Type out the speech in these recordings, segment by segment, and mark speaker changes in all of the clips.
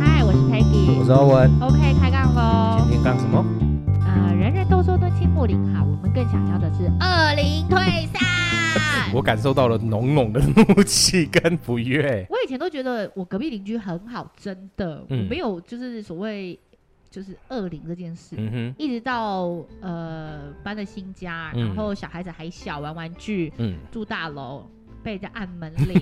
Speaker 1: 嗨，我是
Speaker 2: 我
Speaker 1: Peggy。
Speaker 2: 是欧文，
Speaker 1: OK，开杠喽
Speaker 2: 今。天干什么？
Speaker 1: 呃，人人都说敦亲睦邻好，我们更想要的是恶灵退 散。
Speaker 2: 我感受到了浓浓的怒气跟不悦。
Speaker 1: 我以前都觉得我隔壁邻居很好，真的，
Speaker 2: 嗯
Speaker 1: 我没有就是所谓就是恶灵这件事。
Speaker 2: 嗯哼，
Speaker 1: 一直到呃搬了新家，
Speaker 2: 嗯
Speaker 1: 然后小孩子还小，玩玩具，
Speaker 2: 嗯，
Speaker 1: 住大楼，被人家按门 铃，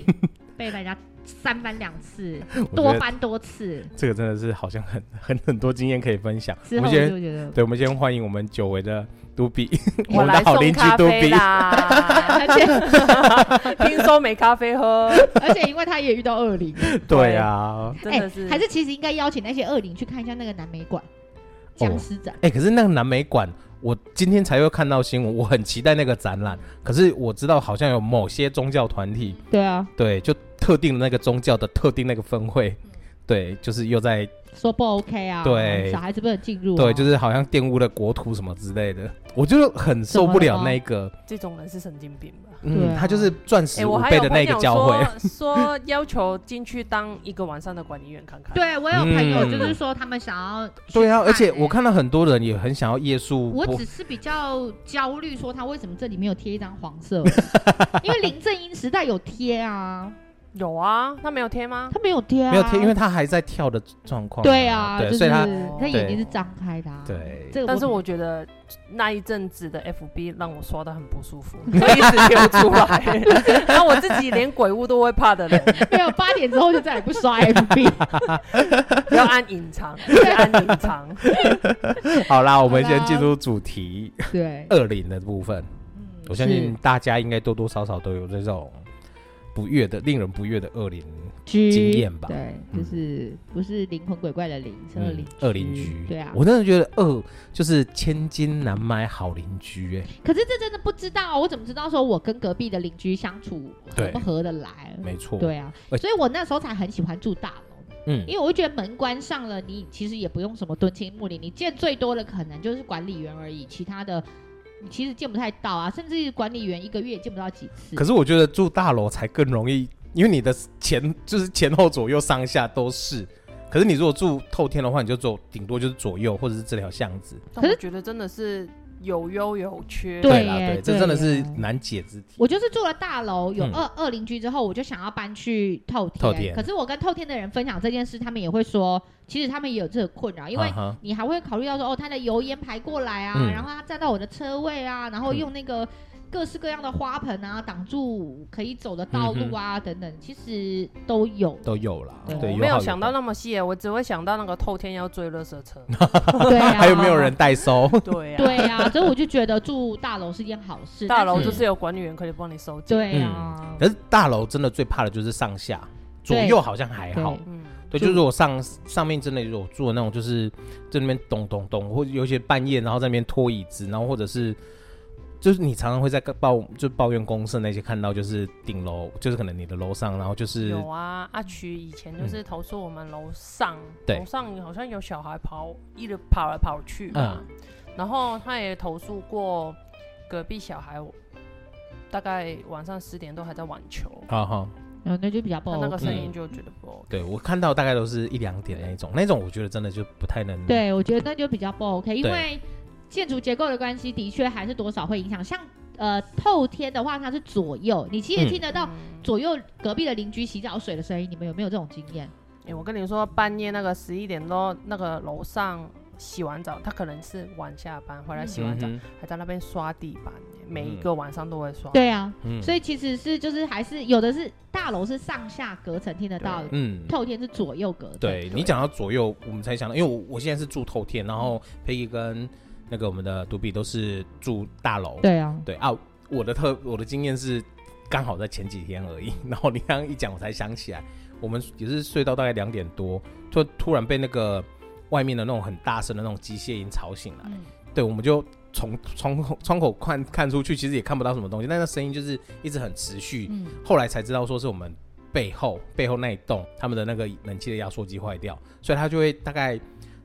Speaker 1: 被大家三番两次，
Speaker 2: 我
Speaker 1: 多
Speaker 2: 觉得
Speaker 1: 番多次
Speaker 2: 这个真的是好像很 很很多经验可以分享。我
Speaker 1: 之后，
Speaker 2: 们
Speaker 1: 我
Speaker 2: 先，
Speaker 1: 就觉得
Speaker 2: 对，我们先欢迎我们久违的杜比，
Speaker 3: 我
Speaker 2: 们
Speaker 3: 来
Speaker 2: 的好
Speaker 3: 送
Speaker 2: 邻居
Speaker 3: 咖
Speaker 2: 杜
Speaker 3: 啡
Speaker 2: 比。
Speaker 3: 啦！
Speaker 1: 而且
Speaker 3: 听说没咖啡喝，
Speaker 1: 而且因为他也遇到恶灵，
Speaker 2: 对啊，
Speaker 3: 真的是
Speaker 1: 哎还是其实应该邀请那些恶灵去看一下那个南美馆僵尸展。
Speaker 2: 哎、可是那个南美馆，我今天才会看到新闻，我很期待那个展览。可是我知道好像有某些宗教团体，
Speaker 1: 对啊，
Speaker 2: 对，就特定那个宗教的特定那个分会，对，就是又在
Speaker 1: 说不 OK 啊？
Speaker 2: 对
Speaker 1: 小孩子不能进入、啊。
Speaker 2: 对，就是好像玷污了国土什么之类的，我就很受不了那个，
Speaker 3: 这种人是神经病吧？
Speaker 1: 对
Speaker 2: 嗯
Speaker 1: 啊，哎
Speaker 2: 他就是钻
Speaker 3: 哎、
Speaker 2: 石五
Speaker 3: 我还
Speaker 2: 倍
Speaker 3: 有
Speaker 2: 的
Speaker 3: 朋
Speaker 2: 那个
Speaker 3: 友
Speaker 2: 教会，
Speaker 3: 说 说要求进去当一个晚上的管理员看看。，
Speaker 1: 对我有朋友
Speaker 2: 嗯
Speaker 1: 就是说他们想要去
Speaker 2: 对啊，
Speaker 1: 看
Speaker 2: 而且我
Speaker 1: 欸。
Speaker 2: 看到很多人也很想要耶稣
Speaker 1: 我
Speaker 2: 不
Speaker 1: 只是比较焦虑，说他为什么这里没有贴一张黄色？ 因为林正英时代有贴啊，
Speaker 3: 有啊，他没有贴吗？
Speaker 1: 他没有贴啊，
Speaker 2: 没有贴，因为他还在跳的状况，
Speaker 1: 对啊，就
Speaker 2: 对，
Speaker 1: 是
Speaker 2: 所以他
Speaker 1: 他眼睛是张开的、啊。，
Speaker 2: 对，
Speaker 1: 这个
Speaker 3: 但是
Speaker 1: 可
Speaker 3: 我觉得那一阵子的 FB 让我刷的很不舒 服，就一直流出来。然后我自己连鬼屋都会 怕的人，
Speaker 1: 没有八点之后就再也不刷 FB。
Speaker 3: 要按隐藏，要按隐藏。
Speaker 2: 好啦，我们先
Speaker 1: 好啦
Speaker 2: 进入主题，
Speaker 1: 对，
Speaker 2: 恶灵的部分。
Speaker 1: 嗯
Speaker 2: 我相信大家应该多多少少都有这种不悦的、令人不悦的恶灵。
Speaker 1: 是
Speaker 2: 经验吧
Speaker 1: 对，就
Speaker 2: 嗯
Speaker 1: 是不是灵魂鬼怪的灵，是恶
Speaker 2: 嗯
Speaker 1: 邻
Speaker 2: 恶邻居，
Speaker 1: 对啊，
Speaker 2: 我真的觉得恶就是千金难买好邻居、哎，
Speaker 1: 可是这真的不知道，我怎么知道说我跟隔壁的邻居相处合
Speaker 2: 对
Speaker 1: 不合得来？
Speaker 2: 没错，，哎
Speaker 1: 对啊，
Speaker 2: 而
Speaker 1: 所以我那时候才很喜欢住大楼，
Speaker 2: 嗯，
Speaker 1: 因为我会觉得门关上了，你其实也不用什么敦亲睦邻，你见最多的可能就是管理员而已，其他的你其实见不太到啊，甚至管理员一个月也见不到几次。
Speaker 2: 可是我觉得住大楼才更容易，因为你的前就是前后左右上下都是。可是你如果住透天的话，你就走顶多就是左右或者是这条巷子。
Speaker 3: 但我觉得真的是有优有缺。
Speaker 1: 对
Speaker 2: 啦，
Speaker 1: 耶
Speaker 2: 对，这
Speaker 1: 对
Speaker 2: 真的是
Speaker 1: 耶
Speaker 2: 难解之题。
Speaker 1: 我就是住了大楼，有
Speaker 2: 嗯
Speaker 1: 二二邻居之后，我就想要搬去透天。
Speaker 2: 透天
Speaker 1: 可是我跟透天的人分享这件事，他们也会说，其实他们也有这个困扰，因为
Speaker 2: 啊哈
Speaker 1: 你还会考虑到说，哦，他的油烟排过来啊，
Speaker 2: 嗯
Speaker 1: 然后他站到我的车位啊，然后用那个各式各样的花盆啊挡住可以走的道路
Speaker 2: 嗯
Speaker 1: 啊、等等，其实都有。
Speaker 2: 都有啦，
Speaker 1: 对
Speaker 2: 对，
Speaker 3: 我没
Speaker 2: 好
Speaker 3: 有想到
Speaker 2: 坏
Speaker 3: 那么细耶，我只会想到那个透天要追垃圾 车。
Speaker 1: 对啊，
Speaker 2: 还有没有人？代收？
Speaker 3: 对呀、
Speaker 1: 对啊，所以我就觉得住大楼是件好事。
Speaker 3: 大楼
Speaker 1: 但
Speaker 2: 嗯
Speaker 3: 就是有管理员可以帮你收集。
Speaker 1: 对啊，
Speaker 2: 可是大楼真的最怕的就是上下，左
Speaker 1: 对
Speaker 2: 右好像还好
Speaker 1: 对。
Speaker 3: 嗯，
Speaker 2: 对，
Speaker 1: 就
Speaker 2: 就是我上上面真的有住的那种，就是在那边咚咚咚，或者有一些半夜然后在那边拖椅子，然后或者是就是你常常会在跟抱就抱怨公社那些看到，就是顶楼就是可能你的楼上，然后就是嗯
Speaker 3: 有啊，阿曲以前就是投诉我们楼上，
Speaker 2: 对
Speaker 3: 楼上好像有小孩跑，一直跑来跑去嘛。
Speaker 2: 嗯
Speaker 3: 然后他也投诉过隔壁小孩，大概晚上十点都还在玩球，
Speaker 2: 啊哈，
Speaker 1: 然后那就比较不
Speaker 3: 他
Speaker 1: OK。
Speaker 3: 那个声
Speaker 2: 嗯
Speaker 3: 音就觉得不 OK。
Speaker 2: 对我看到大概都是一两点那种，那种我觉得真的就不太能，嗯
Speaker 1: 对，我觉得那就比较不 OK，因
Speaker 2: 对
Speaker 1: 为建筑结构的关系，的确还是多少会影响。像呃透天的话，它是左右，你其实
Speaker 2: 嗯
Speaker 1: 听得到
Speaker 3: 嗯
Speaker 1: 左右隔壁的邻居洗澡水的声音，你们有没有这种经验？
Speaker 3: 欸我跟你说，半夜那个十一点多，那个楼上洗完澡，他可能是晚下班回来洗完
Speaker 2: 嗯
Speaker 3: 澡，
Speaker 2: 哼，
Speaker 3: 还在那边刷地板，每一个晚上都会刷。
Speaker 1: 对啊，
Speaker 2: 嗯
Speaker 1: 所以其实是就是还是有的是大楼是上下隔层听得到，
Speaker 2: 嗯。
Speaker 1: 透天是左右隔层。
Speaker 2: 对你讲到左右，我们才想到，因为我我现在是住透天，然后
Speaker 1: 嗯
Speaker 2: 佩奇跟那个我们的杜比都是住大楼，
Speaker 1: 对啊，
Speaker 2: 对啊，我的特我的经验是刚好在前几天而已。 然后你刚刚一讲，我才想起来，我们也是睡到大概两点多，突突然被那个外面的那种很大声的那种机械音吵醒了。
Speaker 1: 嗯，
Speaker 2: 对，我们就从窗口窗口看看出去，其实也看不到什么东西，但那声音就是一直很持续。
Speaker 1: 嗯
Speaker 2: 后来才知道说是我们背后背后那一栋他们的那个冷气的压缩机坏掉，所以它就会大概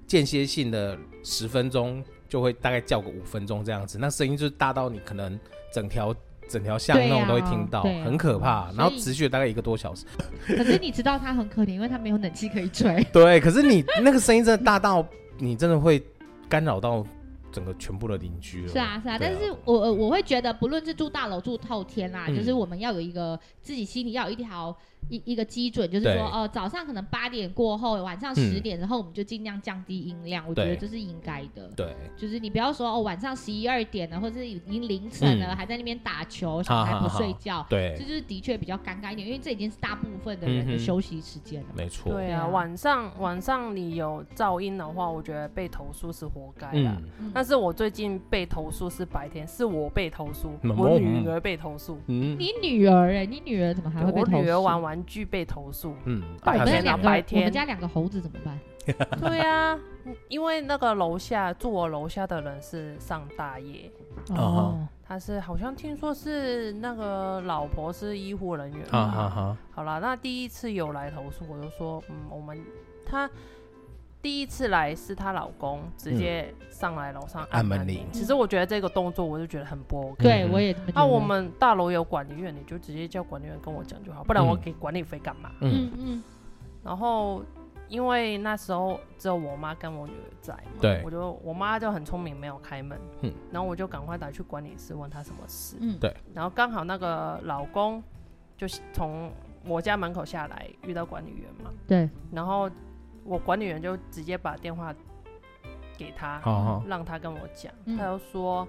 Speaker 2: 间歇性的十分钟就会大概叫个五分钟这样子，那声音就是大到你可能整条整条巷
Speaker 1: 对啊
Speaker 2: 弄都会听到，
Speaker 1: 对啊
Speaker 2: 很可怕。
Speaker 1: 所以
Speaker 2: 然后持续了大概一个多小时。
Speaker 1: 可是你知道他很可怜，因为他没有冷气可以吹。
Speaker 2: 对，可是你那个声音真的大到，你真的会干扰到整个全部的邻居了。
Speaker 1: 是啊，是啊，
Speaker 2: 对
Speaker 1: 但是我呃我会觉得，不论是住大楼住透天啦，
Speaker 2: 嗯
Speaker 1: 就是我们要有一个自己心里要有一条一一个基准，就是
Speaker 2: 对
Speaker 1: 说，哦、早上可能八点过后，晚上
Speaker 2: 嗯
Speaker 1: 十点之后，我们就尽量降低音量，我觉得
Speaker 2: 对
Speaker 1: 这是应该的。
Speaker 2: 对，
Speaker 1: 就是你不要说哦，晚上十一二点了，或者是已经凌晨了，
Speaker 2: 嗯
Speaker 1: 还在那边打球，
Speaker 2: 好
Speaker 1: 还
Speaker 2: 好
Speaker 1: 不
Speaker 2: 好
Speaker 1: 睡觉，这
Speaker 2: 对，
Speaker 1: 就是的确比较尴尬一点，因为这已经是大部分的人的
Speaker 2: 嗯哼
Speaker 1: 休息时间了。
Speaker 2: 没错。
Speaker 3: 对
Speaker 1: 对啊
Speaker 3: 啊，晚上晚上你有噪音的话，我觉得被投诉是活该的。
Speaker 2: 嗯
Speaker 1: 嗯
Speaker 3: 但是我最近被投诉是白天，是我被投诉，
Speaker 2: 嗯
Speaker 3: 我女儿被投诉，
Speaker 2: 嗯
Speaker 1: 你女儿哎、你女儿怎么还会被
Speaker 3: 我
Speaker 1: 投诉？
Speaker 3: 女儿玩玩具被投诉。
Speaker 2: 嗯，
Speaker 1: 那我
Speaker 3: 白
Speaker 1: 们家
Speaker 3: 天啊
Speaker 1: 两个，
Speaker 3: 白
Speaker 1: 我们
Speaker 3: 天
Speaker 1: 家两个猴子怎么办？
Speaker 3: 对啊，因为那个楼下住我楼下的人是上大夜，
Speaker 1: 哦，
Speaker 3: 他是好像听说是那个老婆是医护人员。
Speaker 2: 啊哈哈，
Speaker 3: 好啦，那第一次有来投诉，我就说，嗯，我们他第一次来是她老公直接上来楼上
Speaker 2: 按
Speaker 3: 门
Speaker 2: 门铃
Speaker 3: 其实我觉得这个动作我就觉得很不 OK。
Speaker 1: 对
Speaker 2: 嗯
Speaker 1: 我也这么觉得。
Speaker 3: 那、啊我们大楼有管理员，你就直接叫管理员跟我讲就好，不然我
Speaker 2: 嗯
Speaker 3: 给管理费干嘛？
Speaker 2: 嗯，
Speaker 1: 嗯嗯，
Speaker 3: 然后因为那时候只有我妈跟我女儿在嘛，
Speaker 2: 对
Speaker 3: 我就我妈就很聪明，没有开门，
Speaker 2: 嗯
Speaker 3: 然后我就赶快打去管理室问她什么事，
Speaker 1: 嗯
Speaker 2: 对
Speaker 3: 然后刚好那个老公就是从我家门口下来，遇到管理员嘛，
Speaker 1: 对，
Speaker 3: 然后我管理员就直接把电话给他，
Speaker 2: 好好，
Speaker 3: 让他跟我讲，
Speaker 1: 嗯
Speaker 3: 他就说。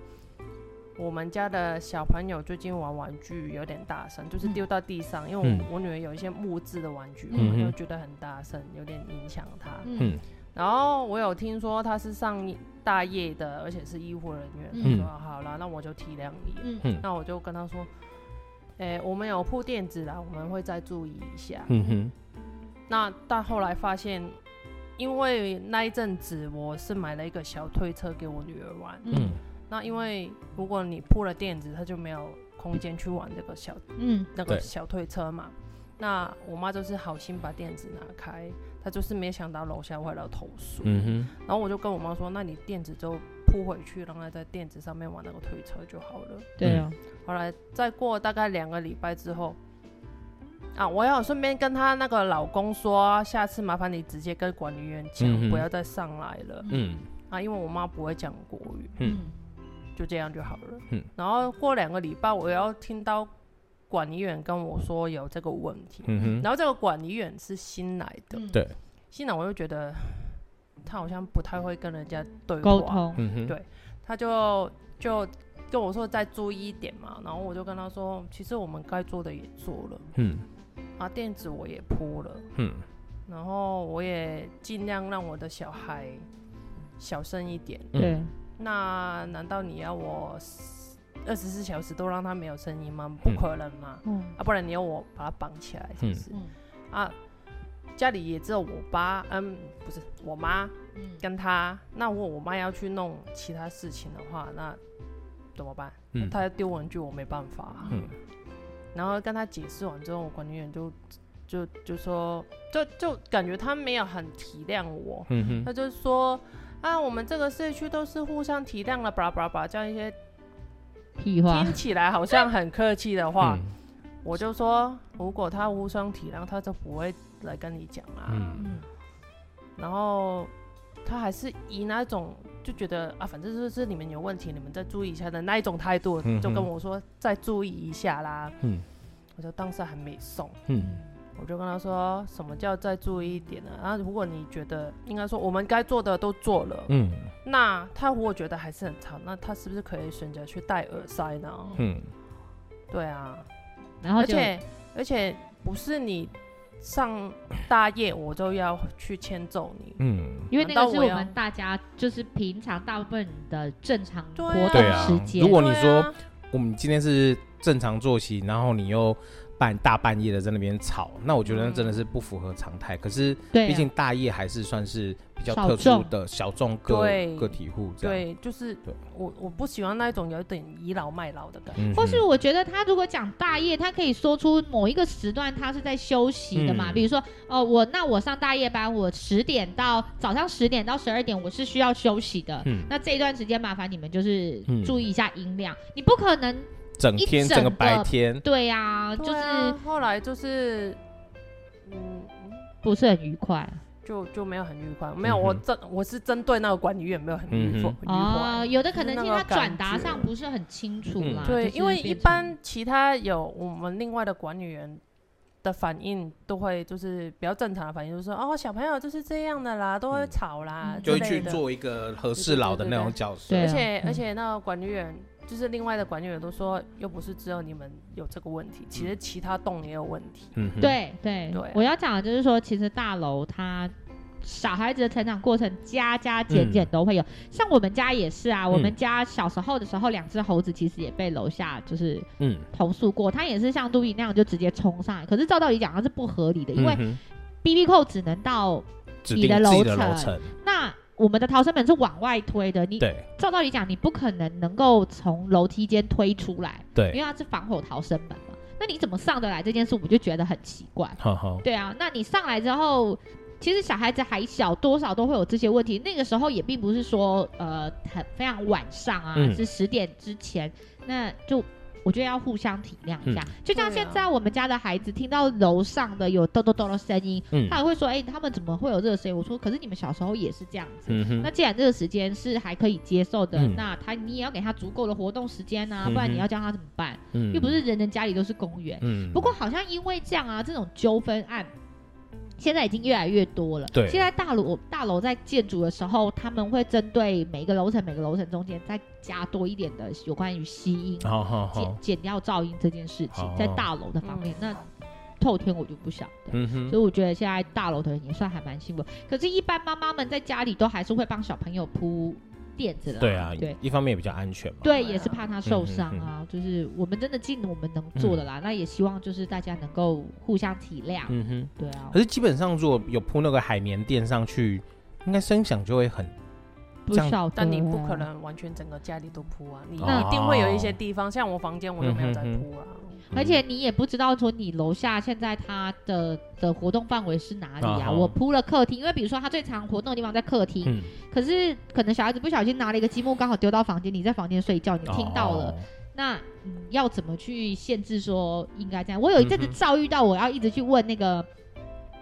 Speaker 3: 我们家的小朋友最近玩玩具有点大声，就是
Speaker 1: 嗯
Speaker 3: 丢到地上，因为
Speaker 2: 嗯
Speaker 3: 我我女儿有一些木质的玩具嘛，
Speaker 2: 嗯哼
Speaker 3: 就觉得很大声，有点影响她。
Speaker 1: 嗯
Speaker 2: 嗯
Speaker 3: 然后我有听说她是上大夜的，而且是医护人员，
Speaker 1: 嗯
Speaker 3: 我说好啦，那我就体谅你。
Speaker 1: 嗯
Speaker 2: 嗯
Speaker 3: 那我就跟她说，诶、我们有铺垫子啦，我们会再注意一下。
Speaker 2: 嗯哼，
Speaker 3: 那但后来发现，因为那一阵子我是买了一个小推车给我女儿玩，
Speaker 2: 嗯
Speaker 1: 嗯
Speaker 3: 那因为如果你铺了垫子，它就没有空间去玩这个小
Speaker 1: 嗯
Speaker 3: 那个
Speaker 2: 对
Speaker 3: 小推车嘛。那我妈就是好心把垫子拿开，她就是没想到楼下会来投诉。
Speaker 2: 嗯哼，
Speaker 3: 然后我就跟我妈说：“那你垫子就铺回去，让她在垫子上面玩那个推车就好了。
Speaker 1: 对啊，”
Speaker 3: 后来再过大概两个礼拜之后，啊，我要顺便跟她那个老公说，下次麻烦你直接跟管理员讲，
Speaker 2: 嗯哼
Speaker 3: 不要再上来了
Speaker 2: 嗯
Speaker 3: 啊，因为我妈不会讲国语。
Speaker 1: 嗯
Speaker 3: 就这样就好了。
Speaker 2: 嗯
Speaker 3: 然后过两个礼拜，我要听到管理员跟我说有这个问题，
Speaker 2: 嗯哼，
Speaker 3: 然后这个管理员是新来的，
Speaker 1: 嗯，
Speaker 2: 对
Speaker 3: 新来我就觉得他好像不太会跟人家对
Speaker 1: 沟
Speaker 3: 话，
Speaker 1: 通，
Speaker 2: 嗯哼，
Speaker 3: 对他就就跟我说再注意一点嘛，然后我就跟他说，其实我们该做的也做了，
Speaker 2: 嗯
Speaker 3: 啊，垫子我也铺了，
Speaker 2: 嗯
Speaker 3: 然后我也尽量让我的小孩小声一点。
Speaker 2: 嗯
Speaker 1: 对，
Speaker 3: 那难道你要我二十四小时都让他没有声音吗？不可能嘛！
Speaker 1: 嗯
Speaker 3: 啊，不然你要我把他绑起来，是不是？
Speaker 1: 嗯
Speaker 3: 啊，家里也只有我爸，嗯，不是我妈
Speaker 1: 嗯，
Speaker 3: 跟他。那我我妈要去弄其他事情的话，那怎么办？
Speaker 2: 嗯
Speaker 3: 他要丢文具，我没办法啊、
Speaker 2: 嗯
Speaker 3: 然后跟他解释完之后，我管理员就就就说，就就感觉他没有很体谅我，
Speaker 2: 嗯
Speaker 3: 他
Speaker 2: 哼，
Speaker 3: 就说啊，我们这个社区都是互相体谅了，巴拉巴拉巴拉，这样一些
Speaker 1: 屁话
Speaker 3: 听，起来好像很客气的话，
Speaker 2: 嗯
Speaker 3: 我就说，如果他互相体谅，他就不会来跟你讲啊。
Speaker 2: 嗯
Speaker 1: 嗯
Speaker 3: 然后他还是以那种就觉得啊，反正就是你们有问题，你们再注意一下的那一种态度，
Speaker 2: 嗯哼
Speaker 3: 就跟我说再注意一下啦。
Speaker 2: 嗯
Speaker 3: 我就当时还没送。
Speaker 2: 嗯
Speaker 3: 我就跟他说，什么叫再注意一点呢、啊？如果你觉得应该说我们该做的都做了，
Speaker 2: 嗯
Speaker 3: 那他如果觉得还是很吵，那他是不是可以选择去戴耳塞呢？
Speaker 2: 嗯
Speaker 3: 对啊，
Speaker 1: 然后
Speaker 3: 而
Speaker 1: 就
Speaker 3: 且而且不是你上大夜我就要去迁就你，
Speaker 2: 嗯，
Speaker 1: 因为那
Speaker 3: 难
Speaker 1: 个
Speaker 3: 道
Speaker 1: 是
Speaker 3: 我
Speaker 1: 我
Speaker 3: 要
Speaker 1: 们大家就是平常大部分的正常
Speaker 3: 对
Speaker 1: 活
Speaker 3: 啊
Speaker 1: 动
Speaker 2: 对啊
Speaker 1: 时间，
Speaker 2: 如果你
Speaker 3: 对啊
Speaker 2: 说我们今天是正常作息，然后你又半大半夜的在那边吵，那我觉得那真的是不符合常态。可是
Speaker 1: 对啊
Speaker 2: 毕竟大业还是算是比较
Speaker 1: 小
Speaker 2: 特殊
Speaker 1: 众
Speaker 2: 的小众个
Speaker 3: 对
Speaker 2: 个体户这样。
Speaker 3: 对，就是
Speaker 2: 对
Speaker 3: 我我不喜欢那一种有点倚老卖老的感觉。
Speaker 2: 嗯哼
Speaker 1: 或是我觉得他如果讲大夜，他可以说出某一个时段他是在休息的嘛，
Speaker 2: 嗯
Speaker 1: 比如说哦，我那我上大夜班，我十点到早上十点到十二点我是需要休息的，
Speaker 2: 嗯
Speaker 1: 那这一段时间麻烦你们就是
Speaker 2: 嗯
Speaker 1: 注意一下音量，你不可能
Speaker 2: 整天
Speaker 1: 一
Speaker 2: 整
Speaker 1: 整
Speaker 2: 个
Speaker 1: 个
Speaker 2: 白天，
Speaker 1: 对呀、啊，就
Speaker 3: 对啊
Speaker 1: 是
Speaker 3: 后来就是，嗯，
Speaker 1: 不是很愉快
Speaker 3: 就就没有很愉快，没有，
Speaker 2: 嗯哼
Speaker 3: 我针我是针对那个管理员没有很
Speaker 2: 嗯
Speaker 3: 愉快，愉
Speaker 1: 哦。
Speaker 3: 快。
Speaker 1: 有的可能
Speaker 3: 就是是那
Speaker 1: 他
Speaker 3: 个
Speaker 1: 转达
Speaker 3: 感觉
Speaker 1: 上不是很清楚
Speaker 2: 嗯
Speaker 1: 啦。
Speaker 3: 对，
Speaker 1: 就是
Speaker 3: 因为一
Speaker 1: 变成
Speaker 3: 般其他有我们另外的管理员的反应都会就是比较正常的反应，就是说哦，小朋友就是这样的啦，都会
Speaker 2: 嗯
Speaker 3: 吵啦，
Speaker 1: 嗯
Speaker 2: 就
Speaker 3: 之
Speaker 2: 会
Speaker 3: 类
Speaker 2: 去
Speaker 3: 的。
Speaker 2: 做一个和事佬的那种角色。
Speaker 1: 对啊
Speaker 3: 而且、
Speaker 1: 嗯
Speaker 3: 而且那个管理员就是另外的管理员都说，又不是只有你们有这个问题，其实其他栋也有问题。
Speaker 2: 嗯哼，
Speaker 1: 对对
Speaker 3: 对啊
Speaker 1: 我要讲的就是说，其实大楼它小孩子的成长过程，加加减
Speaker 2: 嗯
Speaker 1: 减都会有。像我们家也是啊，我们家小时候的时候，两只猴子其实也被楼下就是
Speaker 2: 嗯，
Speaker 1: 投诉过，它也是像杜比那样就直接冲上来。可是照道理讲，它是不合理的，因为
Speaker 2: 嗯哼
Speaker 1: B B 扣只能到
Speaker 2: 指
Speaker 1: 你
Speaker 2: 定
Speaker 1: 的
Speaker 2: 自己
Speaker 1: 楼
Speaker 2: 的楼
Speaker 1: 层
Speaker 2: 层，
Speaker 1: 那。我们的逃生门是往外推的，你
Speaker 2: 对
Speaker 1: 照道理讲，你不可能能够从楼梯间推出来，因为
Speaker 2: 对，
Speaker 1: 它是防火逃生门嘛。那你怎么上得来这件事，我就觉得很奇怪。
Speaker 2: 好好，
Speaker 1: 对啊，那你上来之后，其实小孩子还小，多少都会有这些问题。那个时候也并不是说呃很非常晚上啊，
Speaker 2: 嗯
Speaker 1: 是十点之前，那就。我觉得要互相体谅一下，
Speaker 2: 嗯
Speaker 1: 就像
Speaker 3: 对啊
Speaker 1: 现在我们家的孩子听到楼上的有咚咚咚的声音，
Speaker 2: 嗯
Speaker 1: 他也会说：“哎、他们怎么会有这个声音？”我说：“可是你们小时候也是这样子。
Speaker 2: 嗯哼
Speaker 1: 那，既然这个时间是还可以接受的，
Speaker 2: 嗯
Speaker 1: 那他你也要给他足够的活动时间啊，
Speaker 2: 嗯
Speaker 1: 不然
Speaker 2: 哼
Speaker 1: 你要教他怎么办？
Speaker 2: 嗯
Speaker 1: 又不是，人人家里都是公园。
Speaker 2: 嗯，
Speaker 1: 不过好像因为这样啊，这种纠纷案现在已经越来越多了。
Speaker 2: 对
Speaker 1: 现在大楼呃大楼在建筑的时候，他们会针对每个楼层每个楼层中间再加多一点的有关于吸音、
Speaker 2: 好好
Speaker 1: 减
Speaker 2: 啊好，
Speaker 1: 减掉噪音这件事情，
Speaker 2: 哦
Speaker 1: 在大楼的方面，那透天我就不晓得。
Speaker 2: 嗯
Speaker 1: 所
Speaker 2: 哼，
Speaker 1: 以我觉得现在大楼的人也算还蛮幸福，可是，一般妈妈们在家里都还是会帮小朋友铺垫子啦。
Speaker 2: 对啊，
Speaker 1: 对，
Speaker 2: 一方面也比较安全嘛，嗯
Speaker 1: 对，
Speaker 3: 对
Speaker 1: 也是
Speaker 3: 啊
Speaker 1: 怕他受伤啊。就是我们真的尽我们能做的啦，那也希望就是大家能够互相体谅。
Speaker 2: 嗯哼。
Speaker 1: 对啊
Speaker 2: 可，是基本上如果有铺那个海绵垫上去，应该声响就会很嗯
Speaker 1: 不啊
Speaker 2: 这样
Speaker 1: 晓得，
Speaker 3: 但你不可。能完全整个家里都铺啊，你
Speaker 2: 那
Speaker 3: 一定会有一些地方，像我房间我就没有在
Speaker 2: 嗯哼
Speaker 3: 铺啦。啊
Speaker 1: 而且你也不知道说你楼下现在他的的活动范围是哪里
Speaker 2: 啊
Speaker 1: 啊？
Speaker 2: 哈
Speaker 1: 我铺了客厅，因为比如说他最常活动的地方在客厅，
Speaker 2: 嗯
Speaker 1: 可是可能小孩子不小心拿了一个积木，刚好丢到房间，你在房间睡觉，你听到了，
Speaker 2: 哦
Speaker 1: 那嗯要怎么去限制说应该这样？我有一阵子
Speaker 2: 嗯哼
Speaker 1: 遭遇到我要一直去问那个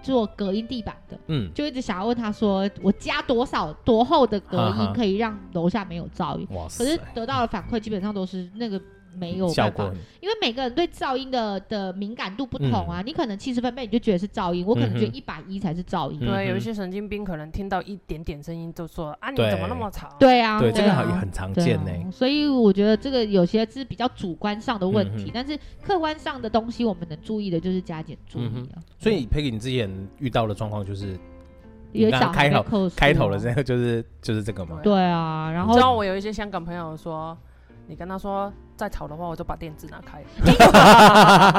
Speaker 1: 做隔音地板的，
Speaker 2: 嗯，
Speaker 1: 就一直想要问他说，我加多少多厚的隔
Speaker 2: 哈哈
Speaker 1: 音可以让楼下没有噪音？
Speaker 2: 哇
Speaker 1: 可
Speaker 2: 塞，
Speaker 1: 是得到的反馈基本上都是那个没有
Speaker 2: 效
Speaker 1: 办
Speaker 2: 果
Speaker 1: 法，
Speaker 2: 很
Speaker 1: 因为每个人对噪音的的敏感度不同啊。你可能七十分贝你就觉得是噪音，我可能觉
Speaker 2: 嗯
Speaker 1: 得一百一才是噪音。
Speaker 2: 嗯哼
Speaker 3: 对，有一些神经病可能听到一点点声音就说啊，你
Speaker 2: 对
Speaker 3: 怎么那么吵？
Speaker 1: 对啊，
Speaker 2: 对，这个
Speaker 1: 啊
Speaker 2: 好也很常
Speaker 1: 对
Speaker 2: 见
Speaker 1: 啊
Speaker 2: 呢。
Speaker 1: 所以我觉得这个有些是比较主观上的问
Speaker 2: 嗯
Speaker 1: 题，
Speaker 2: 哼
Speaker 1: 但是客观上的东西我们能注意的就是加减注意
Speaker 2: 嗯
Speaker 1: 啊。
Speaker 2: 所以佩 e 你之前遇到的状况就是
Speaker 1: 有
Speaker 2: 你刚
Speaker 1: 小
Speaker 2: 刚
Speaker 1: 孩
Speaker 2: 开
Speaker 1: 被
Speaker 2: 头
Speaker 1: 扣诉
Speaker 2: 开头的
Speaker 1: 啊
Speaker 2: 这个就是就是这个嘛，
Speaker 1: 对啊，然后
Speaker 3: 你知道我有一些香港朋友说，你跟他说再吵的话，我就把垫子拿开。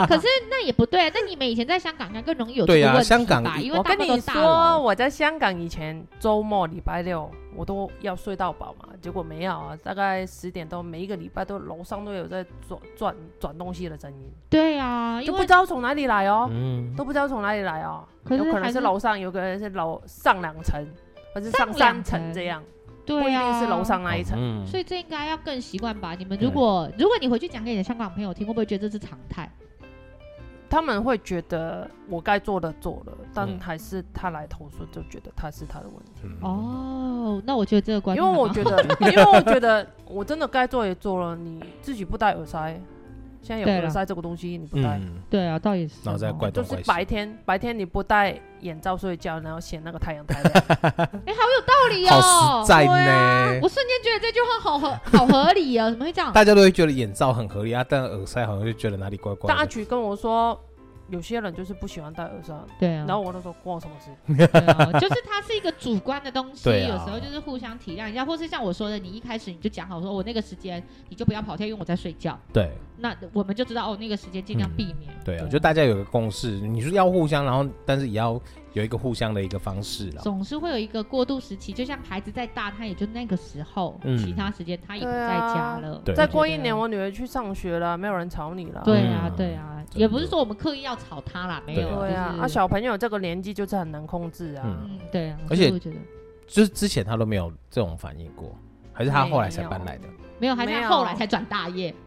Speaker 1: 可是那也不对，啊 那你们以前在香港应该更容易有这
Speaker 2: 对
Speaker 1: 个
Speaker 2: 啊
Speaker 1: 问题
Speaker 2: 香港
Speaker 1: 吧？因为
Speaker 3: 我
Speaker 1: 大
Speaker 3: 跟
Speaker 1: 部分
Speaker 3: 你
Speaker 1: 都大
Speaker 3: 说，
Speaker 1: 楼，
Speaker 3: 我在香港以前周末礼拜六我都要睡到饱嘛，结果没有啊，大概十点多，每一个礼拜都楼上都有在转转转东西的声音，
Speaker 1: 对啊，
Speaker 3: 就
Speaker 1: 因
Speaker 3: 不
Speaker 1: 为
Speaker 3: 知道从哪里来哦，
Speaker 2: 嗯，
Speaker 3: 都不知道从哪里来哦，
Speaker 1: 可是
Speaker 3: 有可能
Speaker 1: 还是
Speaker 3: 是楼上，有可能是楼上两层，或是上
Speaker 1: 上
Speaker 3: 三
Speaker 1: 两层
Speaker 3: 层这样，不
Speaker 1: 对
Speaker 3: 一
Speaker 1: 啊，
Speaker 3: 定是楼。上那一层。
Speaker 2: 嗯
Speaker 1: 所以这应该要更习惯吧？你们如果如果你回去讲给你的香港朋友听，会不会觉得这是常态？
Speaker 3: 他们会觉得我该做的做了，
Speaker 2: 嗯
Speaker 3: 但还是他来投诉，就觉得他是他的问题。
Speaker 2: 嗯
Speaker 1: 哦，那我觉得这个观
Speaker 3: 因
Speaker 1: 念
Speaker 3: 为
Speaker 1: 还蛮好，
Speaker 3: 我觉得， 因为我觉得我真的该做也做了，你自己不戴耳塞，现在有
Speaker 1: 对了
Speaker 3: 耳塞这个东西你不戴，
Speaker 2: 嗯，
Speaker 1: 对啊，倒也是哦，
Speaker 2: 然后再怪
Speaker 3: 就
Speaker 2: 东
Speaker 3: 是
Speaker 2: 怪西，
Speaker 3: 白天白天你不戴眼罩睡觉，然后嫌那个 太阳太亮，
Speaker 1: 道理
Speaker 2: 好
Speaker 1: 哦
Speaker 2: 实。在
Speaker 3: 啊对啊
Speaker 2: 呢。
Speaker 1: 我瞬间觉得这句话好合好合理哦，怎么会这样？
Speaker 2: 大家都会觉得眼罩很合理啊，但耳塞好像就觉得哪里怪怪
Speaker 3: 但阿
Speaker 2: 的。
Speaker 3: 菊跟我说，有些人就是不喜欢戴耳塞，
Speaker 1: 对啊
Speaker 3: 然，后我那时候关我什么事？
Speaker 1: 对啊 就是它是一个主观的东西，
Speaker 2: 对啊
Speaker 1: 有时候就是互相体谅一下，或是像我说的，你一开始你就讲好说，哦我那个时间你就不要跑跳，因为我在睡觉。
Speaker 2: 对
Speaker 1: 那我们就知道哦，那个时间尽量
Speaker 2: 嗯
Speaker 1: 避免。
Speaker 2: 对啊，就大家有个共识，你说要互相，然后但是也要有一个互相的一个方式啦。
Speaker 1: 总是会有一个过渡时期，就像孩子再大，他也就那个时候，
Speaker 2: 嗯
Speaker 1: 其他时间他也不
Speaker 3: 对
Speaker 1: 在
Speaker 3: 啊
Speaker 1: 家了。
Speaker 2: 对
Speaker 3: 再
Speaker 1: 觉
Speaker 3: 过
Speaker 1: 得
Speaker 3: 一年，我女儿去上学了，没有人吵你了。
Speaker 1: 啊对啊
Speaker 2: 嗯，
Speaker 1: 对啊，
Speaker 2: 真的
Speaker 1: 也不是说我们刻意要吵他啦，没有，
Speaker 2: 对
Speaker 3: 对啊，
Speaker 1: 就是
Speaker 3: 啊，小朋友这个年纪就是很难控制啊。
Speaker 2: 嗯
Speaker 1: 嗯，对啊，
Speaker 2: 而且
Speaker 1: 所以我觉得
Speaker 2: 就是之前他都没有这种反应过，还是他后来才搬来的？
Speaker 1: 没有，还是
Speaker 3: 没
Speaker 1: 他
Speaker 3: 有
Speaker 1: 后来才转大业，
Speaker 3: 嗯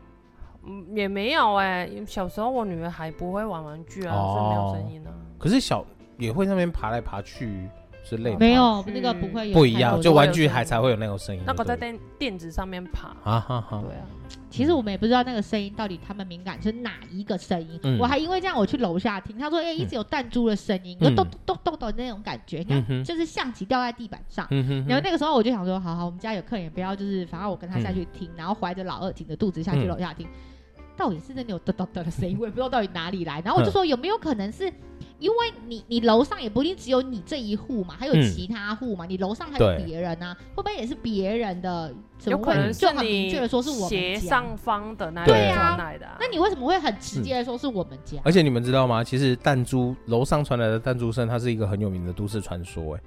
Speaker 3: 也没有哎、小时候我女儿还不会玩玩具啊，所以
Speaker 2: 哦
Speaker 3: 没有声音啊。
Speaker 2: 可是小也会在那边爬来爬去之类的吧，
Speaker 1: 没有
Speaker 3: 去
Speaker 1: 那个不会有
Speaker 2: 不一
Speaker 1: 太
Speaker 2: 样，
Speaker 1: 多
Speaker 2: 就
Speaker 1: 的
Speaker 2: 玩具还才会有那种声音。
Speaker 3: 那个在
Speaker 2: 对不
Speaker 3: 垫垫子上面爬，
Speaker 2: 对啊哈哈，
Speaker 3: 对啊，
Speaker 1: 其实我们也不知道那个声音到底他们敏感是哪一个声音。
Speaker 2: 嗯
Speaker 1: 我还因为这样我去楼下听，他说哎、一直有弹珠的声音，
Speaker 2: 嗯
Speaker 1: 有咚咚咚咚咚的那种感觉，
Speaker 2: 嗯哼
Speaker 1: 就是象棋掉在地板上。
Speaker 2: 嗯哼哼，
Speaker 1: 然后那个时候我就想说，好好，我们家有客人也不要，就是反正我跟他下去听，然后怀着老二挺着肚子下去
Speaker 2: 嗯
Speaker 1: 楼下听，到底是真的有咚咚咚的声音，我也不知道到底哪里来。然后我就
Speaker 2: 嗯
Speaker 1: 说有没有可能是因为你你楼上也不一定只有你这一户嘛，还有
Speaker 2: 嗯
Speaker 1: 其他户嘛，你楼上还
Speaker 2: 对
Speaker 1: 有别人啊，会不会也是别人的？怎么
Speaker 3: 有
Speaker 1: 会
Speaker 3: 可能
Speaker 1: 就是很明
Speaker 3: 你
Speaker 1: 确的说是我
Speaker 3: 斜
Speaker 1: 们家
Speaker 3: 上方的那一
Speaker 2: 对
Speaker 3: 个
Speaker 1: 啊
Speaker 3: 传来的啊。
Speaker 1: 那你为什么会很
Speaker 2: 嗯
Speaker 1: 直接的说是我们家？
Speaker 2: 而且你们知道吗？其实弹珠楼上传来的弹珠声，它是一个很有名的都市传说。哎，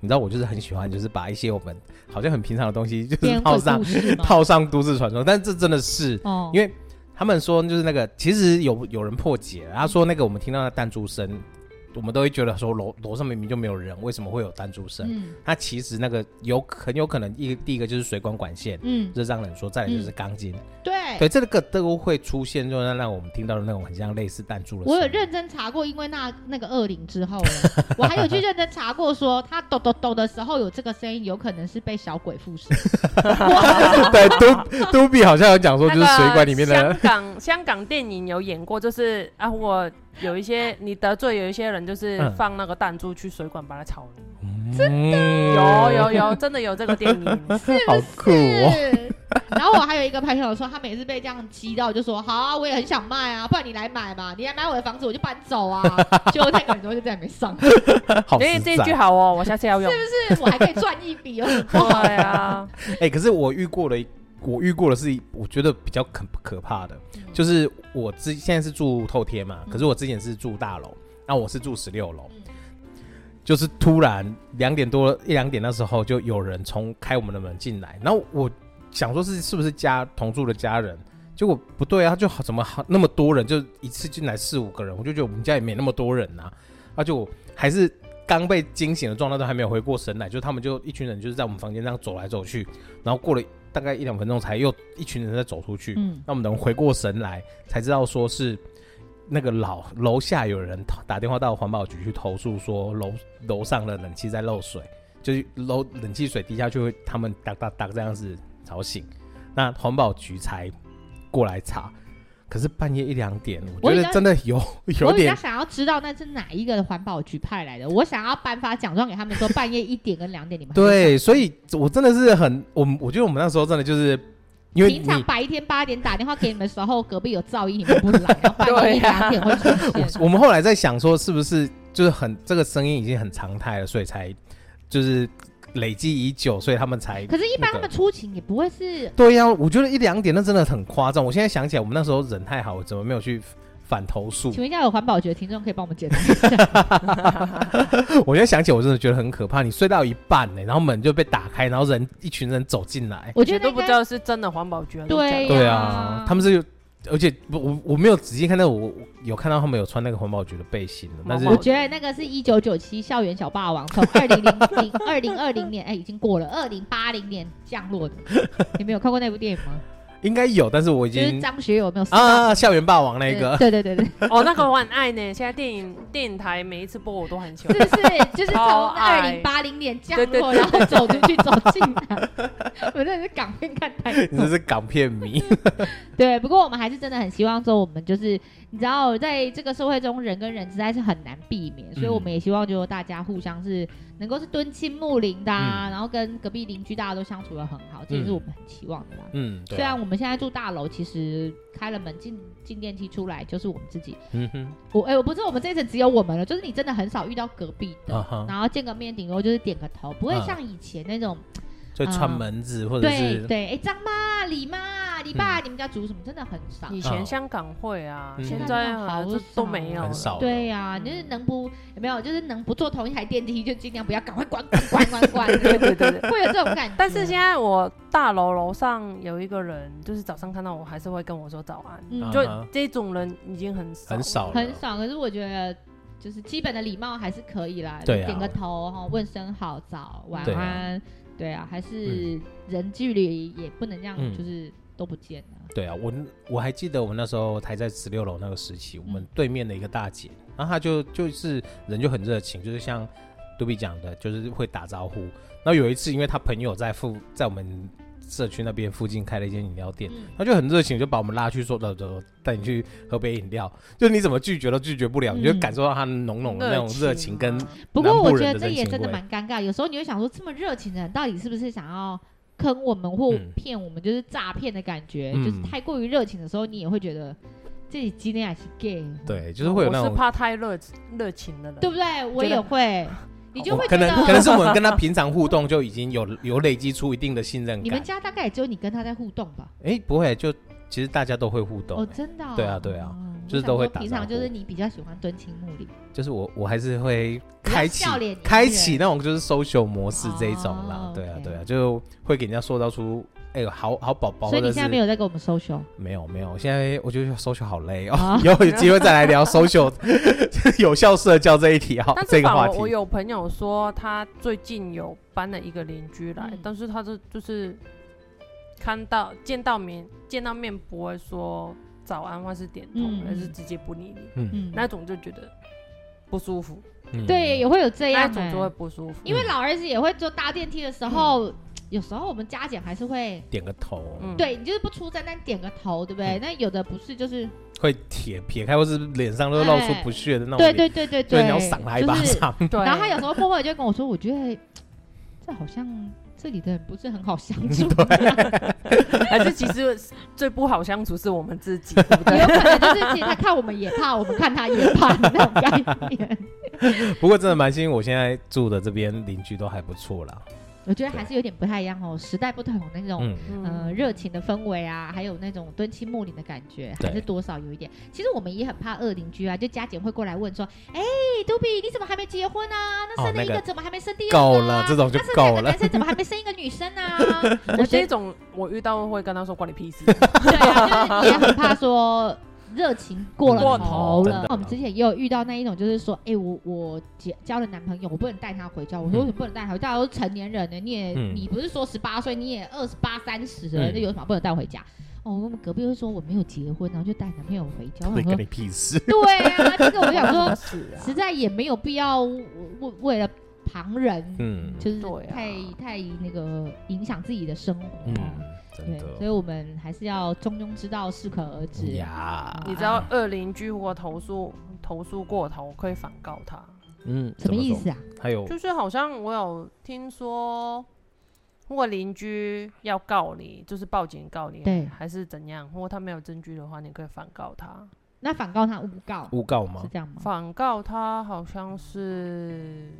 Speaker 2: 你知道我就是很喜欢，就是把一些我们好像很平常的东西，就是
Speaker 1: 编
Speaker 2: 套
Speaker 1: 鬼
Speaker 2: 上
Speaker 1: 故事吗？
Speaker 2: 套上都市传说，但这真的是
Speaker 1: 哦
Speaker 2: 因为他们说就是那个，其实有有人破解了，他说那个我们听到的弹珠声，我们都会觉得说楼楼上明明就没有人，为什么会有弹珠声？
Speaker 1: 嗯
Speaker 2: 它其实那个有很有可能一第一个就是水管管线。
Speaker 1: 嗯，
Speaker 2: 这让人说，再来就是钢筋，
Speaker 1: 对。
Speaker 2: 对，这个都会出现，就让让我们听到的那种很像类似弹珠的声音。
Speaker 1: 我有认真查过，因为那那个恶灵之后呢， 我还有去认真查过说，他抖抖抖的时候有这个声音，有可能是被小鬼附身。
Speaker 2: 对，都都比好像有讲说，
Speaker 3: 那
Speaker 2: 就
Speaker 3: 个
Speaker 2: 是水管里面的
Speaker 3: 香港 香港电影有演过，就是啊，我有一些你得罪有一些人，就是
Speaker 2: 嗯
Speaker 3: 放那个弹珠去水管把它炒。
Speaker 2: 真的
Speaker 3: 有有有，真的有这个电影。
Speaker 2: 嗯 好 酷哦！
Speaker 1: 是。 然后我还有一个朋友说，他每次被这样激到，就说好啊，我也很想卖啊，不然你来买嘛，你来买我的房子，我就搬走 啊。结果那个人就再也没上，是
Speaker 2: 好
Speaker 3: 哎，
Speaker 2: 实
Speaker 3: 这一句
Speaker 2: 在。
Speaker 3: 好哦，我下次要用。
Speaker 1: 不是？我还可以赚一笔，哦
Speaker 2: 嗯
Speaker 1: 有什么不好？
Speaker 3: 对啊，
Speaker 2: 哎，可是我遇过的，我遇过的是我觉得比较可可怕的，就是我之现在是住透天嘛，可是我之前是住大楼，那我是住十六楼
Speaker 1: 嗯，
Speaker 2: 就是突然两点多一两点那时候就有人从开我们的门进来，然后我想说是是不是家同住的家人。结果不对啊，他就好怎么好那么多人，就一次进来四五个人，我就觉得我们家也没那么多人呐、啊，啊就还是刚被惊醒的状态，都还没有回过神来，就他们就一群人就是在我们房间这样走来走去，然后过了大概一两分钟才又一群人再走出去，
Speaker 1: 嗯
Speaker 2: 那我们等回过神来才知道说是那个老楼下有人打电话到环保局去投诉说楼楼上的冷气在漏水，就是楼冷气水滴下去会他们哒哒哒这样子吵醒，那环保局才过来查。可是半夜一两点，我
Speaker 1: 我比
Speaker 2: 觉得
Speaker 1: 较
Speaker 2: 真的有有
Speaker 1: 我比较
Speaker 2: 点
Speaker 1: 想要知道那是哪一个环保局派来的，我想要颁发奖状给他们，说半夜一点跟两点你们还在
Speaker 2: 对，所以我真的是很我们我觉得我们那时候真的就是因为
Speaker 1: 平常
Speaker 2: 你
Speaker 1: 白天八点打电话给你们的时候，隔壁有噪音，你们不来，然后半夜一
Speaker 3: 对
Speaker 1: 两
Speaker 3: 啊
Speaker 1: 点会出 现。
Speaker 2: 我们后来在想说，是不是就是很这个声音已经很常态了，所以才就是累积已久，所以他们才
Speaker 1: 可是，一般他
Speaker 2: 那个
Speaker 1: 们出勤也不会是
Speaker 2: 对呀、我觉得一两点那真的很夸张。我现在想起来，我们那时候人太好，怎么没有去反投 诉
Speaker 1: 请？问一下，有环保局的听众可以帮我们解答一下？
Speaker 2: 我现在想起来，我真的觉得很可怕。你睡到一半呢、然后门就被打开，然后人一群人走进来。
Speaker 1: 我
Speaker 3: 我
Speaker 1: 觉得
Speaker 3: 都
Speaker 1: 那
Speaker 3: 不
Speaker 1: 应
Speaker 3: 知
Speaker 1: 该
Speaker 3: 道是真的环保局还是
Speaker 1: 对
Speaker 3: 假的
Speaker 1: 呀
Speaker 2: 对啊，他们是有，而且我我我没有仔细看到，我我有看到他们有穿那个环保局的背心的，但是
Speaker 3: 毛
Speaker 1: 我
Speaker 3: 毛
Speaker 1: 觉得那个是一九九七校园小霸王从二零零零二零二零年，哎，已经过了二零八零年降落的。你们有看过那部电影吗？
Speaker 2: 应该有，但是我已
Speaker 1: 就
Speaker 2: 经
Speaker 1: 是张学友有没有死到？
Speaker 2: 啊，校园霸王那个，
Speaker 1: 对对对对，
Speaker 3: 哦，那个我很爱呢。现在电影电影台每一次播我都很喜欢
Speaker 1: 是。不是？就是从
Speaker 3: 超
Speaker 1: 二
Speaker 3: 矮
Speaker 1: 零八零年降
Speaker 3: 对对
Speaker 1: 落，
Speaker 3: 对
Speaker 1: 然后走出去走进来， 我真的是港片看太
Speaker 2: 你
Speaker 1: 多
Speaker 2: 这。是港片迷。
Speaker 1: 对，不过我们还是真的很希望说，我们就是你知道，在这个社会中，人跟人实在是很难避免，所以我们也希望就大家互相是能够是敦亲睦邻的、啊，然后跟隔壁邻居大家都相处的很好，这也是我们很期望的啦。
Speaker 2: 嗯，对
Speaker 1: 虽然我们现在住大楼，其实开了门进进电梯出来就是我们自己。
Speaker 2: 嗯哼，
Speaker 1: 我哎、我不是我们这一层只有我们了，就是你真的很少遇到隔壁的，
Speaker 2: 啊哈，
Speaker 1: 然后见个面顶多就是点个头，不会
Speaker 2: 嗯
Speaker 1: 像以前那种
Speaker 2: 就串
Speaker 1: 嗯
Speaker 2: 门子或者
Speaker 1: 对
Speaker 2: 是
Speaker 1: 对，哎、张妈、李妈、李爸，你们家煮什么？真的很少。
Speaker 3: 以前香港会啊，
Speaker 2: 嗯
Speaker 3: 现在好像都没有了
Speaker 2: 很少了
Speaker 1: 对呀、
Speaker 3: 嗯
Speaker 1: 就是能不有没有，就是能不坐同一台电梯就尽量不要，赶快关关关关关，
Speaker 3: 对对对对。
Speaker 1: 会有这种感觉。
Speaker 3: 但
Speaker 2: 嗯
Speaker 3: 是现在我大楼楼上有一个人，就是早上看到我还是会跟我说早安，
Speaker 1: 嗯
Speaker 2: 啊
Speaker 3: 就这种人已经很少
Speaker 2: 很少了
Speaker 1: 很少，可是我觉得就是基本的礼貌还是可以啦，
Speaker 2: 对啊
Speaker 1: 点个头哈，问声好，早晚
Speaker 2: 对啊
Speaker 1: 安，对啊，还是人距离也不能这样，
Speaker 2: 嗯
Speaker 1: 就是都不见了。
Speaker 2: 对啊，我我还记得我们那时候还在十六楼那个时期，我们
Speaker 1: 嗯
Speaker 2: 对面的一个大姐，然后她就就是人就很热情，就是像杜比讲的，就是会打招呼。然后有一次，因为她朋友在附在我们社区那边附近开了一间饮料店，
Speaker 1: 嗯，
Speaker 2: 她就很热情，就把我们拉去说走走，走带你去喝杯饮料。就你怎么拒绝都拒绝不了，你就
Speaker 1: 嗯
Speaker 2: 感受到她浓浓的那种热情跟
Speaker 3: 啊
Speaker 1: 不过我
Speaker 2: 南部
Speaker 1: 觉
Speaker 2: 人
Speaker 1: 得
Speaker 2: 的
Speaker 1: 这
Speaker 2: 人
Speaker 1: 也
Speaker 2: 情
Speaker 1: 真的
Speaker 2: 味
Speaker 1: 蛮尴尬，有时候你会想说，这么热情的人到底是不是想要坑我们或
Speaker 2: 嗯
Speaker 1: 骗我们，就是诈骗的感觉，
Speaker 2: 嗯
Speaker 1: 就是太过于热情的时候，你也会觉得自己今天还是 gay，
Speaker 2: 对，就是
Speaker 1: 哦
Speaker 2: 会有那
Speaker 3: 我是
Speaker 2: 种
Speaker 3: 怕太热热情的人，
Speaker 1: 对不对？我
Speaker 3: 觉得
Speaker 1: 也 会，你就
Speaker 2: 我
Speaker 1: 会
Speaker 2: 可
Speaker 1: 觉
Speaker 2: 能可能
Speaker 1: 得
Speaker 2: 是我们跟他平常互动就已经有 有累积出一定的信任
Speaker 1: 你
Speaker 2: 感
Speaker 1: 们。家大概也只有你跟他在互动吧？
Speaker 2: 哎、不会，就其实大家都会互动、
Speaker 1: 哦，
Speaker 2: 欸
Speaker 1: 真的哦、
Speaker 2: 对啊对啊
Speaker 1: 哦
Speaker 2: 就是
Speaker 1: 我想
Speaker 2: 都会
Speaker 1: 说
Speaker 2: 打
Speaker 1: 平
Speaker 2: 招
Speaker 1: 常就是
Speaker 2: 呼
Speaker 1: 你比较喜欢蹲青木林，
Speaker 2: 就是我我还是会
Speaker 1: 比较
Speaker 2: 开启
Speaker 1: 笑脸
Speaker 2: 开
Speaker 1: 迎人
Speaker 2: 启那种就是 social 模式这一种
Speaker 1: 哦
Speaker 2: 啦，对啊
Speaker 1: OK
Speaker 2: 对啊，就会给人家塑造出哎、呦好好宝宝，
Speaker 1: 所以你
Speaker 2: 或者
Speaker 1: 现在
Speaker 2: 是
Speaker 1: 没有在跟我们 social
Speaker 2: 没有没有，我现在我觉得 social 好累哦，
Speaker 1: 啊
Speaker 2: 以 后有机会再来聊 social 有效社交这一题哈
Speaker 3: 但，
Speaker 2: 这
Speaker 3: 是
Speaker 2: 个
Speaker 3: 反
Speaker 2: 话
Speaker 3: 而
Speaker 2: 题
Speaker 3: 我有朋友说，他最近有搬了一个邻居来，
Speaker 1: 嗯
Speaker 3: 但是他就就是看到见到面见到面不会说早安或是点头，
Speaker 1: 嗯
Speaker 3: 而是直接不理你，
Speaker 2: 嗯
Speaker 1: 嗯，
Speaker 3: 那种就觉得不舒服，
Speaker 2: 嗯
Speaker 1: 对，也会有这
Speaker 3: 那
Speaker 1: 样、
Speaker 3: 种
Speaker 1: 欸
Speaker 3: 就会不舒服。
Speaker 1: 因为老儿子也会坐搭电梯的时候，
Speaker 2: 嗯
Speaker 1: 有时候我们加减还是会，
Speaker 2: 点个头，
Speaker 3: 嗯
Speaker 1: 对你就是不出声，但点个头，对不对？
Speaker 2: 嗯
Speaker 1: 那有的不是就是，
Speaker 2: 会撇撇开或是脸上都露出
Speaker 1: 哎
Speaker 2: 不屑的那种
Speaker 1: 对
Speaker 2: 脸，
Speaker 1: 对对对
Speaker 2: 所
Speaker 1: 对，
Speaker 2: 以你要赏他一巴
Speaker 1: 就是
Speaker 2: 掌。
Speaker 3: 对，
Speaker 1: 然后他有时候默默就会跟我说，我觉得这好像这里的人不是很好相 处，
Speaker 3: 还是其实最不好相处是我们自己，对不对
Speaker 1: 有？可能就是其实他看我们也怕，我们看他也怕的那种概念。
Speaker 2: 不过真的蛮幸运，我现在住的这边邻居都还不错啦。
Speaker 1: 我觉得还是有点不太一样哦，时代不同那种。
Speaker 2: 嗯，
Speaker 3: 嗯
Speaker 1: 呃，热情的氛围啊，还有那种敦亲睦邻的感觉，还
Speaker 2: 对
Speaker 1: 是多少有一点。其实我们也很怕恶邻居啊，就家姐会过来问说：“哎、杜比，你怎么还没结婚啊？那
Speaker 2: 哦
Speaker 1: 生了一
Speaker 2: 那
Speaker 1: 个
Speaker 2: 个
Speaker 1: 怎么还没生第二个、啊
Speaker 2: 够了，这种就
Speaker 1: 那生两
Speaker 2: 够
Speaker 1: 个
Speaker 2: 了
Speaker 1: 男。生怎么还没生一个女生 啊？我
Speaker 3: 我
Speaker 1: 觉
Speaker 3: 这
Speaker 1: 得
Speaker 3: 种我遇到会跟他说关你屁事，
Speaker 1: 对啊， 就是你也很怕说热情过了
Speaker 3: 过
Speaker 1: 头
Speaker 2: 头真
Speaker 1: 了
Speaker 2: 的。
Speaker 1: 我们之前也有遇到那一种，就是说，哎、我我结交了男朋友，我不能带他回家。我说
Speaker 2: 嗯
Speaker 1: 为什么不能带他回家？都是成年人了，你也、
Speaker 2: 嗯
Speaker 1: 你不是说十八岁，你也二十八三十了，
Speaker 2: 嗯
Speaker 1: 那有什么不能带回家？哦，我们隔壁会说我没有结婚，然后就带男朋友回家。我想
Speaker 2: 对，
Speaker 1: 说
Speaker 2: 跟，你屁事。
Speaker 1: 对啊，这个我想说，
Speaker 3: 是啊，
Speaker 1: 实在也没有必要为为为了旁人，
Speaker 2: 嗯
Speaker 1: 就是
Speaker 3: 对啊
Speaker 1: 太、太那个影响自己的生活。啊
Speaker 2: 嗯，真
Speaker 1: 对，所以
Speaker 2: 的嗯
Speaker 1: 我们还是要中庸之道，适可而止。
Speaker 2: 呀，
Speaker 3: 你知道恶邻居如果投诉投诉过头，可以反告他。
Speaker 2: 嗯，
Speaker 1: 什么意
Speaker 2: 说？
Speaker 1: 思啊？
Speaker 2: 还有
Speaker 3: 就是好像我有听说，如果邻居要告你，就是报警告你，
Speaker 1: 对
Speaker 3: 还是怎样？如果他没有证据的话，你可以反告他。
Speaker 1: 那反告他诬告
Speaker 2: 诬告
Speaker 1: 是
Speaker 2: 吗？
Speaker 1: 这样吗？
Speaker 3: 反告他好像是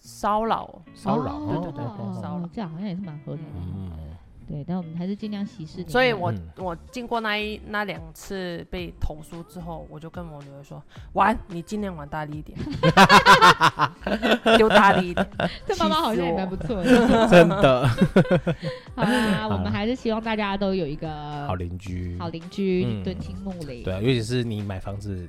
Speaker 3: 骚扰，
Speaker 2: 骚扰？
Speaker 1: 哦
Speaker 2: 哦
Speaker 3: 对对对
Speaker 2: 哦
Speaker 3: 骚扰
Speaker 1: 这样好像也是蛮合理的。
Speaker 2: 嗯，
Speaker 1: 对，但我们还是尽量息事宁人。
Speaker 3: 所以我、
Speaker 2: 嗯
Speaker 3: 我经过那一那两次被投诉之后，我就跟我女儿说：“玩，你尽量玩大力一点， 丢大力一点。
Speaker 1: 这妈妈好像也蛮不错的。
Speaker 2: 真的
Speaker 1: 好啦，我
Speaker 2: 好
Speaker 1: 们
Speaker 2: 啦
Speaker 1: 还是希望大家都有一个
Speaker 2: 好邻居
Speaker 1: 好。邻居，
Speaker 2: 嗯
Speaker 1: 敦亲睦邻。
Speaker 2: 对啊，尤其是你买房子，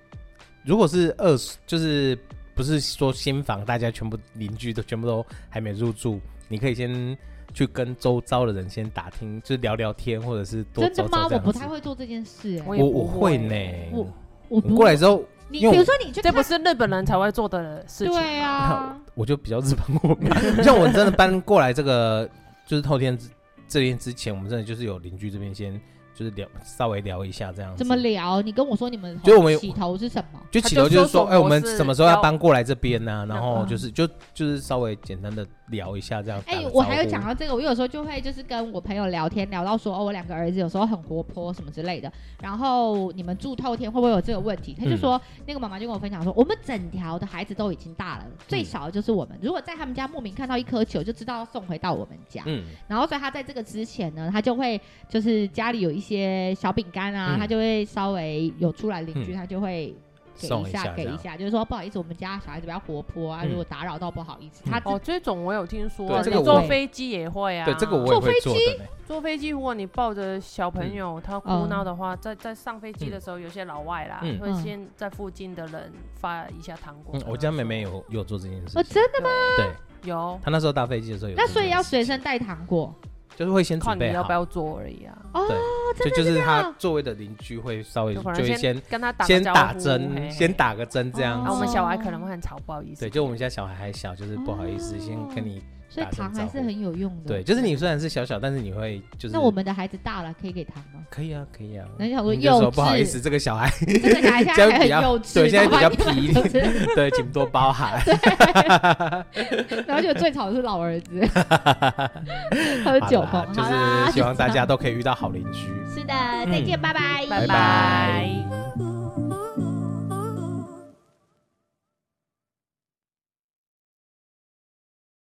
Speaker 2: 如果是二手，就是不是说新房，大家全部邻居都全部都还没入住，你可以先去跟周遭的人先打听，就是聊聊天，或者是多
Speaker 1: 真
Speaker 2: 走
Speaker 1: 的
Speaker 2: 走
Speaker 1: 吗？
Speaker 2: 这
Speaker 1: 我
Speaker 2: 样
Speaker 1: 不
Speaker 2: 子
Speaker 1: 太会做这件事。哎
Speaker 2: 我
Speaker 3: 我也
Speaker 2: 我
Speaker 3: 不
Speaker 2: 会
Speaker 3: 会
Speaker 2: 呢。
Speaker 1: 我
Speaker 2: 我
Speaker 1: 我不
Speaker 2: 过来之后，
Speaker 1: 你
Speaker 2: 因为
Speaker 1: 比
Speaker 2: 我
Speaker 1: 如说你去”
Speaker 3: 这
Speaker 1: 看，
Speaker 3: 不是日本人才会做的事情。
Speaker 1: 对啊，
Speaker 2: 我就比较日本文化。 像我真的搬过来这个，就是透天之这边之前，我们真的就是有邻居这边先就是聊稍微聊一下这样子。
Speaker 1: 怎么聊？你跟我说你们
Speaker 2: 就我们
Speaker 1: 起头是什么？
Speaker 2: 就起头就是说，
Speaker 3: 他就搜索
Speaker 2: 哎、我们
Speaker 3: 模式
Speaker 2: 什么时候要
Speaker 3: 要
Speaker 2: 搬过来这边呢、然后
Speaker 1: 嗯
Speaker 2: 就是就就是稍微简单的聊一下这样。
Speaker 1: 哎、
Speaker 2: 打个
Speaker 1: 我
Speaker 2: 招
Speaker 1: 还有
Speaker 2: 呼
Speaker 1: 讲到这个，我有时候就会就是跟我朋友聊天，聊到说哦，我两个儿子有时候很活泼什么之类的。然后你们住透天会不会有这个问题？他就
Speaker 2: 嗯
Speaker 1: 说、那个妈妈就跟我分享说，我们整条的孩子都已经大
Speaker 2: 嗯
Speaker 1: 了，最小的就是我们。如果在他们家莫名看到一颗球，就知道要送回到我们家。
Speaker 2: 嗯，
Speaker 1: 然后所以他在这个之前呢，他就会就是家里有一些小饼干啊，
Speaker 2: 嗯
Speaker 1: 他就会稍微有出来邻居，
Speaker 2: 嗯
Speaker 1: 他就会。给
Speaker 2: 送
Speaker 1: 一
Speaker 2: 一
Speaker 1: 下，
Speaker 2: 下
Speaker 1: 给
Speaker 2: 这
Speaker 1: 一
Speaker 2: 样
Speaker 1: 下，就是说不好意思，我们家小孩子比较活泼啊，
Speaker 2: 嗯
Speaker 1: 如果打扰到不好意思，他自
Speaker 3: 哦，这种我有听说
Speaker 2: 对
Speaker 3: 啊，
Speaker 2: 这
Speaker 3: 你
Speaker 2: 个
Speaker 3: 坐
Speaker 1: 我
Speaker 3: 飞机也会啊。
Speaker 2: 对，这个我也嗯会做的呢。
Speaker 3: 坐飞机，如果你抱着小朋友，他哭闹的话，在在上飞机的时候，有些老外啦，
Speaker 2: 嗯
Speaker 3: 会先在附近的人发一下糖果
Speaker 2: 嗯。，我家妹妹有有做这件事
Speaker 1: 哦，
Speaker 2: 情，
Speaker 1: 真
Speaker 3: 的吗？
Speaker 2: 对
Speaker 3: 有，
Speaker 2: 她那时候搭飞机的时候有做
Speaker 1: 那
Speaker 2: 这件事情。
Speaker 1: 所以要随身带糖果，
Speaker 2: 就是会先
Speaker 3: 靠
Speaker 2: 准
Speaker 3: 你
Speaker 2: 备
Speaker 3: 要
Speaker 2: 好
Speaker 3: 不，要做而已啊。
Speaker 1: 哦，
Speaker 2: 就
Speaker 1: 真的
Speaker 2: 就是
Speaker 1: 假
Speaker 2: 他
Speaker 1: 的
Speaker 2: 周围的邻居会稍微
Speaker 3: 就
Speaker 2: 就
Speaker 3: 可能
Speaker 2: 会先
Speaker 3: 跟他打个
Speaker 2: 先
Speaker 3: 招
Speaker 2: 打
Speaker 3: 呼
Speaker 2: 针，先。
Speaker 3: 嘿嘿
Speaker 2: 打个针这样
Speaker 1: 哦
Speaker 3: 然啊后我
Speaker 2: 子。
Speaker 3: 们小孩可能会很吵，不好意思。
Speaker 2: 对，就我们家小孩还小，就是不好意思，先跟你
Speaker 3: 哦
Speaker 1: 所以
Speaker 2: 打声
Speaker 1: 糖还
Speaker 2: 招
Speaker 1: 是
Speaker 2: 呼
Speaker 1: 很有用的。
Speaker 2: 对，就是你虽然是小小，但是你会就是
Speaker 1: 那我们的孩子大了，可以给糖 吗？
Speaker 2: 可以啊，可以啊。
Speaker 1: 那就想说
Speaker 2: 你就说
Speaker 1: 幼
Speaker 2: 不好意
Speaker 1: 稚
Speaker 2: 思，这个小孩
Speaker 1: 这个小孩现
Speaker 2: 这
Speaker 1: 在还
Speaker 2: 样比
Speaker 1: 很
Speaker 2: 较
Speaker 1: 幼稚，
Speaker 2: 对现在比较
Speaker 1: 然后把你
Speaker 2: 皮
Speaker 1: 当成幼稚
Speaker 2: 对，请多包涵。
Speaker 1: 然后就最吵的是老儿子， 喝酒
Speaker 2: 好啦
Speaker 1: 疯，
Speaker 2: 就
Speaker 1: 好啦
Speaker 2: 是希望大家都可以遇到好邻居。
Speaker 1: 是的，再见，拜拜，
Speaker 3: 拜
Speaker 2: 拜
Speaker 3: 拜。
Speaker 2: 拜